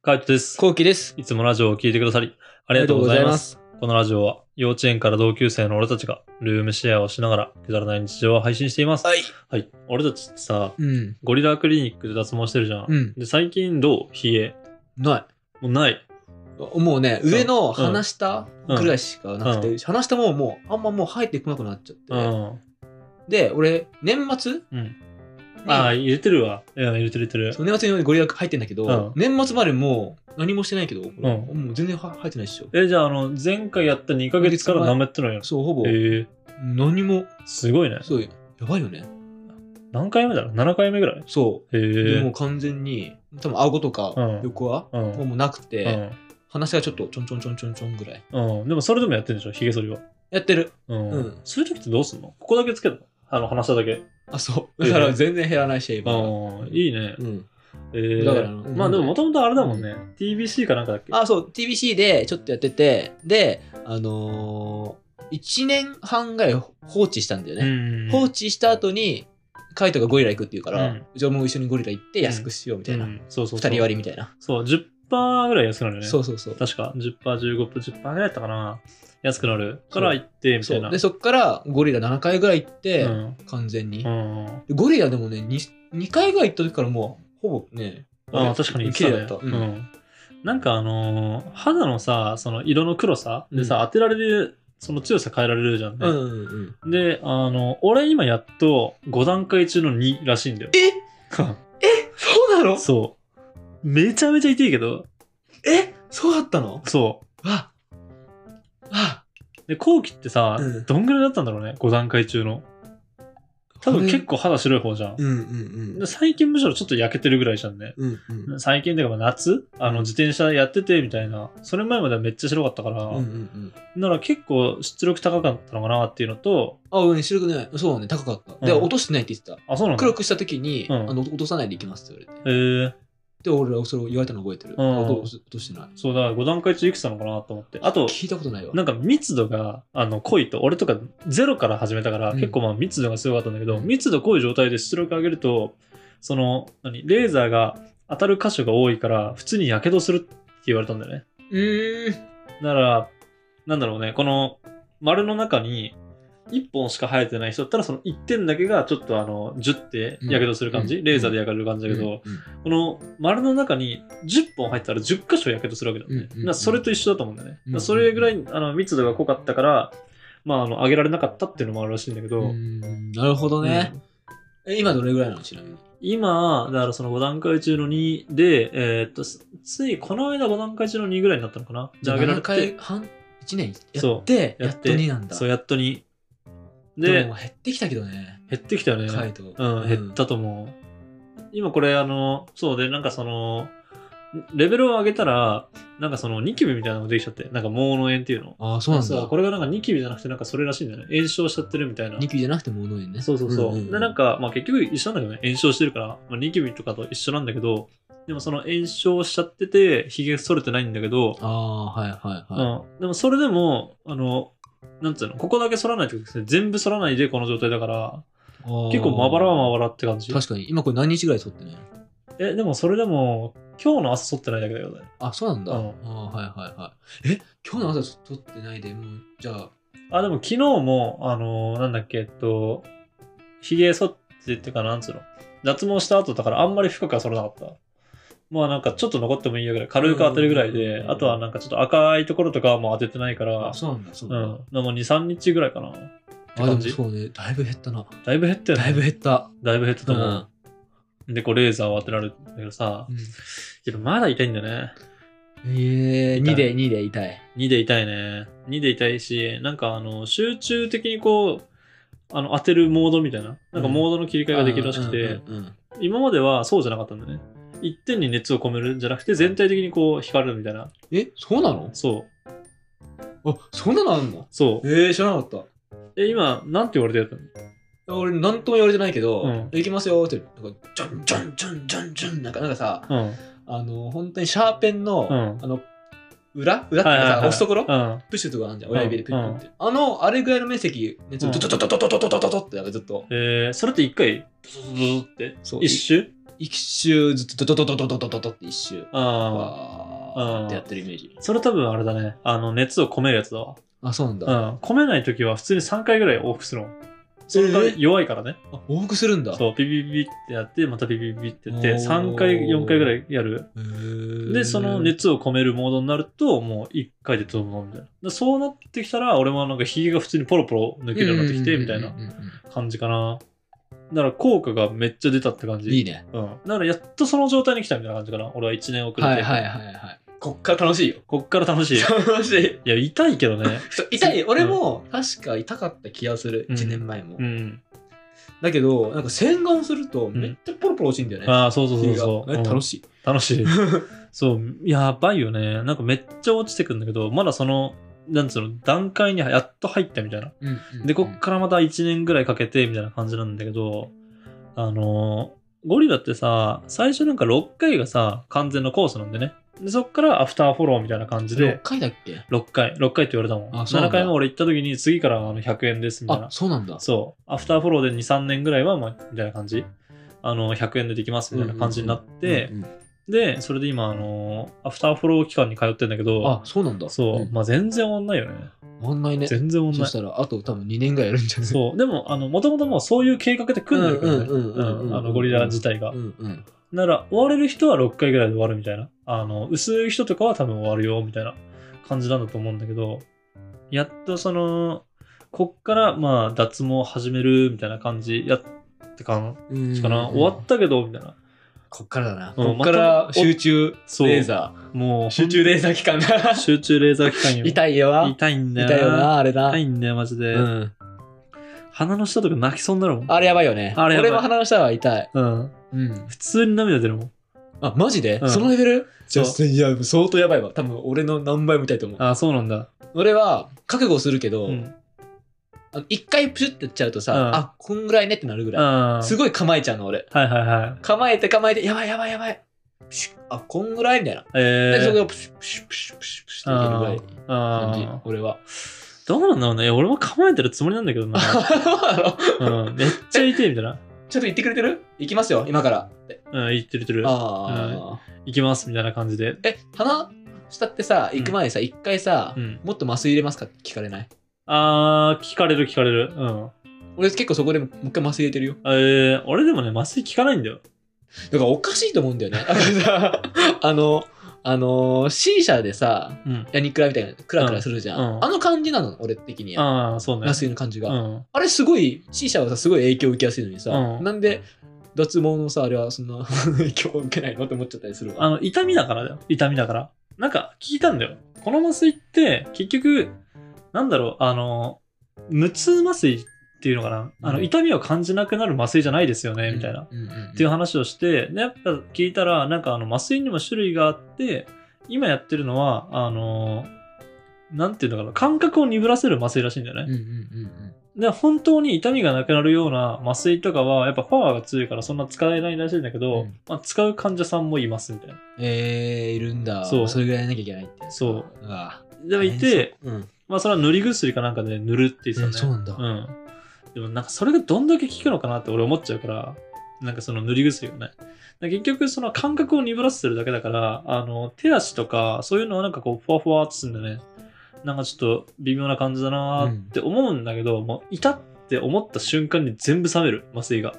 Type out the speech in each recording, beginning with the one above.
カイトです。こうきです。いつもラジオを聴いてくださり、あありがとうございます。す。このラジオは、幼稚園から同級生の俺たちが、ルームシェアをしながら、くだらない日常を配信しています。はい。はい。俺たちってさ、うん。ゴリラクリニックで脱毛してるじゃん。うん。で、最近どう冷え。なもうない。い。もうね、うん上の鼻下ぐらいしかなくて、う鼻下ももう、あんまもう生えてこなくなっちゃって。うん。で、俺、年末うん。にああ、入れてるわ。うん、入れてる入れてそる。う年末に俺ゴリラ入ってんだけど、う年末までもう何もしてないけど、んもう全然は生えてないっしょ。え、じゃあ、あの、前回やった2ヶ月から舐めてるのよ。そう、ほぼ、ええ何も、すごいね。そう、やばいよね。何回目だろう ?7 回目ぐらい。そええう。でもう完全に、多分顎とかうん横は、うんもうもうなくて、うん鼻下がちょっとちょんちょんちょんちょんちょんぐらい。うん、でもそれでもやってるんでしょ、ひげ剃りは。やってる。うん。うんそういう時ってどうすんのここだけつけるのあの、話しただけ。あ、そう。だから全然減らないし、今。ああ、いいね。うん。えー、だからうんまあでももともとあれだもんね。TBC かなんかだっけあ、そう、TBC でちょっとやってて、で、あのー、1年半ぐらい放置したんだようね。ん。放置した後に、カイトがゴリラ行くって言うから、うんじゃあもう一緒にゴリラ行って安くしようみたいな。う二んそうそうそう。人割りみたいな。そう、10%ぐらい安くなるよね。そうそうそう。確か、10%、15%、10%ぐらいだったかな。安くなるから行って、みたそいな。うで、そっからゴリラ7回ぐらい行って、うん。完全に、うん。でゴリラでもね2、2回ぐらい行った時からもう、ほぼね、ああ、確かに綺麗ねだった。ううんん。なんかあのー肌のさ、その色の黒さでさ、う当てられる、その強さ変えられるじゃんね。うんうんうん。で、あの、俺今やっと5段階中の2らしいんだよ。えそうなの そう。めちゃめちゃ痛いけど、えそうだったのそああう。で、後期ってさ、うんどんぐらいだったんだろうね、5段階中の。多分結構構。肌白い方じゃん。うんうんで最近むしろちょっと焼けてるぐらいじゃんね。うん。うんうん。最近っていうかまあ夏あうのん自転車やっててみたいな。それ前まではめっちゃ白かったから、うんうんうん。なら結構出力高かったのかなっていうのと、あ、うん、白くない。そうだね、高かった。で、うん落としてないって言ってた。あ、そうなんだ。黒くした時に、うんあの落とさないでいきますって言われて。えー、で、俺はそれを言われたの覚えてる。うんあ落と落としてない。そうだ、5段階中いくつなのかなと思って。あと、聞いたことないわ。なんか密度があの濃いと俺とかゼロから始めたから、うん結構まあ密度がすごかったんだけど、うん密度濃い状態で出力上げるとその何レーザーが当たる箇所が多いから普通に火傷するって言われたんだよねうーん。だからなんだろうねこの丸の中に1本しか生えてない人だったらその1点だけがちょっとあの10って火傷する感じ、うんレーザーで焼かれる感じだけど、うんうんこの丸の中に10本入ったら10箇所やけどするわけだもんね。うんうんうだんからそれと一緒だと思うんだよね。だうんからそれぐらいあの密度が濃かったから、まあ、あの上げられなかったっていうのもあるらしいんだけど、うーんなるほどねう。んえ今どれぐらいなのちなみに。今、だからその5段階中の2で、えーっと、つついこの間5段階中の2ぐらいになったのかな。じゃあ上げられ7回て、半、1年やそって、ややっってと2なんだ。そう、やっと2。ででも、減ってきたけどね。減ってきたよね。カイト。うん、減ったと思う。今これ、あの、そうで、なんかその、レベルを上げたら、なんかその、ニキビみたいなのができちゃって、なんか毛の炎っていうの。ああ、そうなんそうだこ。れがなんかニキビじゃなくて、なんかそれらしいんだよね。炎症しちゃってるみたいな。ニキビじゃなくて物言ね。そうそうそう。んんんで、なんか、まあ結局一緒なんだけどね。炎症してるから、まあ、ニキビとかと一緒なんだけど、でもその炎症しちゃってて、髭剃れてないんだけど、ああー、はいはいはい。うん。でもそれでも、あの、なんつうの、ここだけ剃らないとですね、全部剃らないでこの状態だから、あー結構まばらはまばらって感じ。確かに。今これ何日ぐらい撮ってね。え、でもそれでも、今日の朝剃ってないだけだよね。あ、そうなんだ。うんああ、はいはいはい。え、今日の朝撮ってないで、もう、じゃあ、あ、でも昨日も、あのーなんだっけ、えっと、髭剃ってっていうか、なんつうの、脱毛した後だからあんまり深くは剃らなかった。まあなんかちょっと残ってもいいよぐらい、軽く当てるぐらいうんうんでう、んあとはなんかちょっと赤いところとかはもう当ててないからあ、そうなんだ、そううなんんだ。。でも2、3日ぐらいかな。あ、で感もじそうね、だいぶ減ったな。だいぶ減ったよね。だいぶ減った。だいぶ減ったと思うんう。で、こうレーザーを当てられるんだけどさ、けどまだ痛いんだよね。ええ痛い2で、2で痛い。 2で痛いね。2で痛いし、なんかあの、集中的にこう、あの、当てるモードみたいな。なんかモードの切り替えができるらしくて、うんうんうん今まではそうじゃなかったんだね。一点に熱を込めるんじゃなくて、全体的にこう、光るみたいな。え、そうなのそう。あ、そんなのあんのそう。ええ、知らなかった。え、今、なんて言われてる俺、なんとも言われてないけど、うん行きますよって、なんか、ジョンジョンジョンジョンジョン、なんか、なんかさ、のうん。あの、本当にシャーペンの、うんあの、裏裏っていうかさ、はいはいはい押すところ、うん。プッシュとかあるじゃん、親指でプップって。あの、あれぐらいの面積、ね、ちょっとドドドドドドドドドドって、なんかずっと、えー、それって一回、ドドドドドってそう、一周一周ずっとドドドドドドドドって一周。ああ。わうーんってやってるイメージ。それ多分あれだね。あの、熱を込めるやつだわ。あ、そうなんだ。うあ、ん。込めないときは普通に3回ぐらい往復するの。それからえー弱いからね。往復するんだ。そう、ビビビビってやって、またビビビビってやって、おー3回、4回ぐらいやる。へーで、その熱を込めるモードになると、もう1回で飛ぶのみたいな。でそうなってきたら、俺もなんかひげが普通にポロポロ抜けるようになってきて、みたいなうんうんうんうんうん感じかな。だから効果がめっちゃ出たって感じ。いいね。うん。だからやっとその状態に来たみたいな感じかな。俺は1年遅れて。はいはいはいはい。こっから楽しいよ。こっから楽しい。い楽しい。や、痛いけどね。そう痛い。俺も確か痛かった気がする。1年前もう。 ん。だけど、なんか洗顔するとめっちゃポロポロ落ちるんだよね。ああ、そうそうそう火そう。がね楽しい。しい。楽しい。そう、やばいよね。なんかめっちゃ落ちてくんだけど、まだその、なんつうの、段階にやっと入ったみたいな。で、こっからまた1年ぐらいかけて、みたいな感じなんだけど、あのー、ゴリラってさ、最初なんか6回がさ、完全のコースなんでね。で、そっからアフターフォローみたいな感じ6で、回だっけ6回、6回って言われたもん。あそうなん7だ回も俺行った時に、次からあの100円です、みたいあな、。そうなんだ。そう。アフターフォローで2、3年ぐらいは、まあ、みたいな感じ。あの、100円でできます、みたいな感じになって、うんうんで、それで今、あのーアフターフォロー期間に通ってんだけど、あ、そうなんだ。そう、ん。まあ全然終わんないよね。終わんないね。全然終わんそなしい。たら、あと多分2年ぐらいやるんじゃないそう、でも、あの、もともともうそういう計画で組んでるからね。うんうんうんうんうんあの、ゴリラ自体がう。んうん。なら、終われる人は6回ぐらいで終わるみたいな。あの、薄い人とかは多分終わるよ、みたいな感じなんだと思うんだけど、やっとその、こっから、まあ、脱毛始める、みたいな感じ、やってかんうんかな。終わったけど、みたいな。こっからだな。うんこっから集中そう。レーザもう、ー。集中レーザー期間だ。集中レーザー期間よ。痛いよ。痛いんだよ痛いよな、あれな痛。いんだよ、マジで。うん。鼻の下とか泣きそうになるもん。あれやばいよね。あれやばい俺も鼻の下は痛い。うん。うん。普通に涙出るもん。あ、マジでうんそのレベルそじうゃあいや、相当やばいわ。多分俺の何倍も痛いと思う。ああ、そうなんだ。俺は覚悟するけど、うん。あの一回プシュってやっちゃうとさ、うんあ、こんぐらいねってなるぐらあい。ーすごい構えちゃうの俺。はいはいはい。構えて構えて、やばいやばいやばい。プシュあ、こんぐらいみたいな。えでそれー、がプシュプシュプシュプシュプシュっていけるぐらいの感あじ、俺は。ーどうなんだろうね。いや俺も構えてるつもりなんだけど な。うん、めっちゃ痛いみたいな。ちょっと言ってくれてる行きますよ、今から。うん、言ってる言ってる。ああ。行きますみたいな感じで。え、鼻下ってさ、行く前にさ、一回さう、ん。もっと麻酔入れますかって聞かれないあー、聞かれる聞かれる。うん。俺結構そこでもう一回麻酔入れてるよ。えー、俺でもね、麻酔効かないんだよ。だからおかしいと思うんだよね。だからさあの、あのー、C 社でさ、うん。ヤニクラみたいなクラクラするじゃん。うんうんあの感じなの、俺的には。あー、そうね麻。酔の感じうが。ん。あれすごい、C 社はさ、すごい影響を受けやすいのにさ、うんなんで脱毛の さ、あれはそんな影響を受けないのって思っちゃったりするわ。あの、痛みだからだよ。痛みだから。なんか、聞いたんだよ。この麻酔って、結局、なんだろう、あの、無痛麻酔っていうのかな。あうの、ん痛みを感じなくなる麻酔じゃないですよね、みたいな。っうんうんうんていう話をして、で、やっぱ聞いたら、なんかあの、麻酔にも種類があって、今やってるのは、あの、なんていうのかな、感覚を鈍らせる麻酔らしいんだよね。うんうんうんで本当に痛みがなくなるような麻酔とかはやっぱパワーが強いからそんな使えないらしいんだけど、うんまあ、使う患者さんもいますみたいな。うん。えー、いるんだ。そうそれぐらいやらなきゃいけないって。そううわ。でもいて、大変そう、うん。まあそれは塗り薬かなんかで塗るって言ってえたそうね。なんだ。うん。でもなんかそれがどんだけ効くのかなって俺思っちゃうから、なんかその塗り薬をね。だから結局その感覚を鈍らせてるだけだから、あの、手足とかそういうのはなんかこうふわふわっとするんだよね。なんかちょっと微妙な感じだなーって思うんだけど、もう痛って思った瞬間に全部冷める、麻酔が。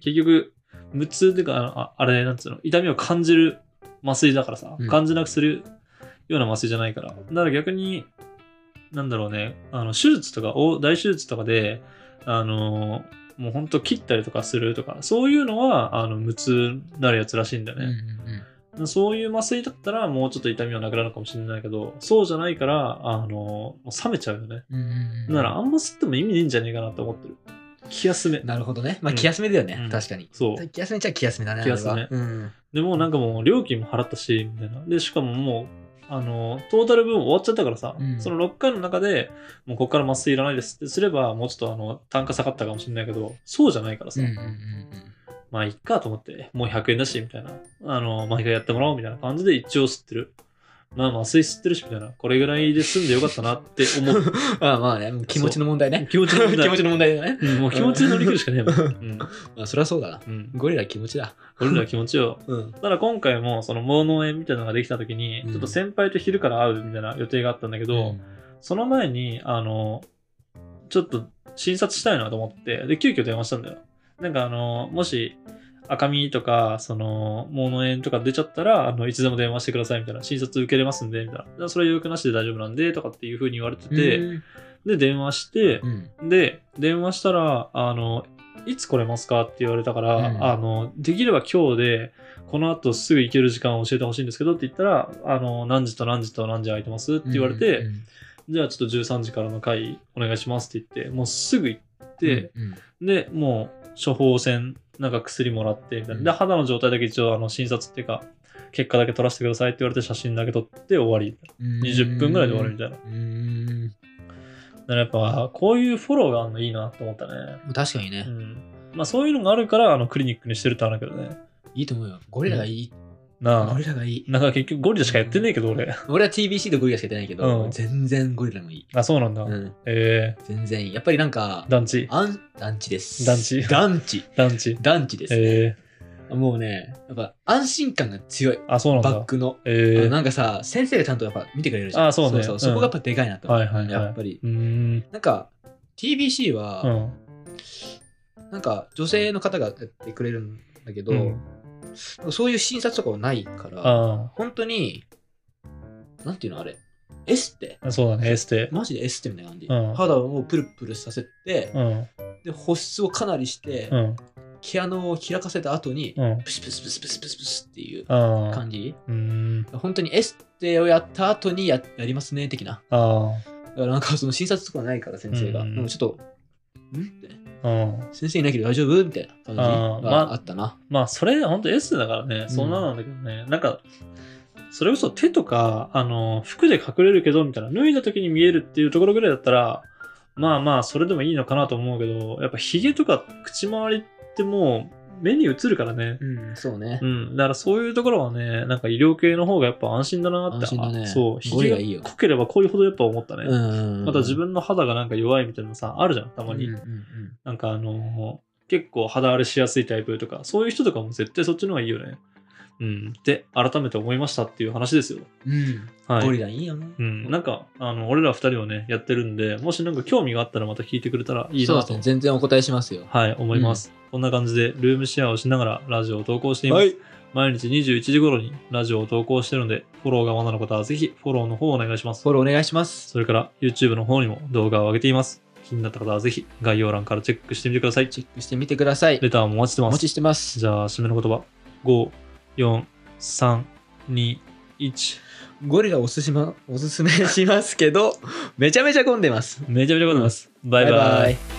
結局、無痛っていうか、あのああれ、なんつうの、痛みを感じる麻酔だからさ、うん感じなくするような麻酔じゃないから。だから逆に、なんだろうね、あの手術とか、お大手術とかで、あのーもうほんと切ったりとかするとか、そういうのは、あの、無痛になるやつらしいんだようんうんね。うんそういう麻酔だったら、もうちょっと痛みはなくなるかもしれないけど、そうじゃないから、あのーもう冷めちゃうよね。うんうんうんなら、あんま吸っても意味ねえんじゃねえかなと思ってる。気休め。なるほどね。まうあ、ん気休めだよね。うん確かに。そう。気休めっちゃ気休めだね。気休めあれはうん。でもうなんかもう料金も払ったし、みたいな。で、しかももう、あの、トータル分終わっちゃったからさ、うんその6回の中で、もうここから麻酔いらないですってすれば、もうちょっとあの、単価下がったかもしれないけど、そうじゃないからさ、うんうんうん まあいっかと思って、もう100円だし、みたいな。あの、毎回やってもらおうみたいな感じで一応吸ってる。まあ麻酔吸ってるし、みたいな。これぐらいで済んでよかったなって思 う。あまあね、もう気持ちの問題 ね。気持ちの問題気持ちの問題だね。うんもう気持ちで乗り切るしかねえ もん。うん。まあ、そりゃそうだな。うん。ゴリラ気持ちだ。俺らは気持ちよ。うん。ただ今回も、その、盲農園みたいなのができた時に、うんちょっと先輩と昼から会うみたいな予定があったんだけど、その前に、あの、ちょっと診察したいなと思って、で、急遽電話したんだよ。なんかあの、もし、赤身とか、その、盲農園とか出ちゃったら、あの、いつでも電話してくださいみたいな、診察受けれますんで、みたいなだから。それは予約なしで大丈夫なんで、とかっていう風に言われてて、うん、で、電話してう、ん。で、電話したら、あの、いつ来れますかって言われたから、うんあの、できれば今日で、この後すぐ行ける時間を教えてほしいんですけどって言ったら、あの、何時と何時と何時空いてますって言われて、うん、じゃあちょっと13時からの会お願いしますって言って、もうすぐ行って、うん、で、もう処方箋、なんか薬もらって、みたいな。で、うん肌の状態だけ一応、あの、診察っていうか、結果だけ撮らせてくださいって言われて、写真だけ撮って終わり。うん20分ぐらいで終わるみたいな。だうん。からやっぱ、こういうフォローがあるのいいなと思ったね。確かにね、うんまあそういうのがあるからあのクリニックにしてるとあるんだけどね。いいと思うよ。ゴリラがいい。なゴあリ。ラがいい。なんか結局ゴリラしかやってねえけど俺。 俺は TBC でゴリラしか出ないけど、うん全然ゴリラもいい。あ、そうなんだ。うん、ええ全然いい。やっぱりなんか、団地。あん団地です。団地団地。団地。団地です、ねええもうね、やっぱ安心感が強い。あ、そうなんバッだ。クの。あえのえなんかさ、先生がちゃんとやっぱ見てくれるじゃん。あそうねそううんそこがやっぱでかいなと思う。はいはいはいやっぱり。うーん。なんか、TBC は、うん。なんか女性の方がやってくれるんだけど、うんそういう診察とかはないから、あ本当に、なんていうのあれ、エステあ、そうだね。エステ。マジでエステみたいな感じ。うん肌をもうプルプルさせて、うん。で保湿をかなりして、うん。毛穴を開かせた後に、うん。プシプシプシプシプシプシっていうああ。感じ。うーん。本当にエステをやった後にややりますね、的な。あだからなんかその診察とかないから、先生が。うんでもちょっと、んって。あ。うん。先生いないけど大丈夫みたいな感じあーまがああったな。まあそれ本当エステだからね。そんななんだけどね。なんか、それこそ手とか、あの、服で隠れるけど、みたいな、脱いだ時に見えるっていうところぐらいだったら、まあまあ、それでもいいのかなと思うけど、やっぱ髭とか口周りってもう、目に映るからね。うん、そうねう。ん。だからそういうところはね、なんか医療系の方がやっぱ安心だなって。安心だねあそう。ゴリ髭ラがいいよ濃ければ濃いほどやっぱ思ったね。うんまた自分の肌がなんか弱いみたいなのさ、あるじゃん、たまに。うんうんなんかあの結構肌荒れしやすいタイプとか、そういう人とかも絶対そっちの方がいいよね。うん。って、改めて思いましたっていう話ですよ。うんうんはい。ゴリラいいよな。うん。なんか、あの、俺ら二人をね、やってるんで、もしなんか興味があったらまた聞いてくれたらいいそうなですと、ね。全然お答えしますよ。はい、思います。こんな感じで、ルームシェアをしながらラジオを投稿しています。。毎日21時頃にラジオを投稿してるので、フォローがまだの方はぜひフォローの方をお願いします。フォローお願いします。それから、YouTube の方にも動画を上げています。気になった方はぜひ概要欄からチェックしてみてください。チェックしてみてくださいレ。ターもお待ちしておます待。ちしてます。じゃあ、締めの言葉。5、4、3、2、1。ゴリラおすすめ、おすすめしますけど、めちゃめちゃ混んでます。めちゃめちゃございます。バイバイ。バイバイ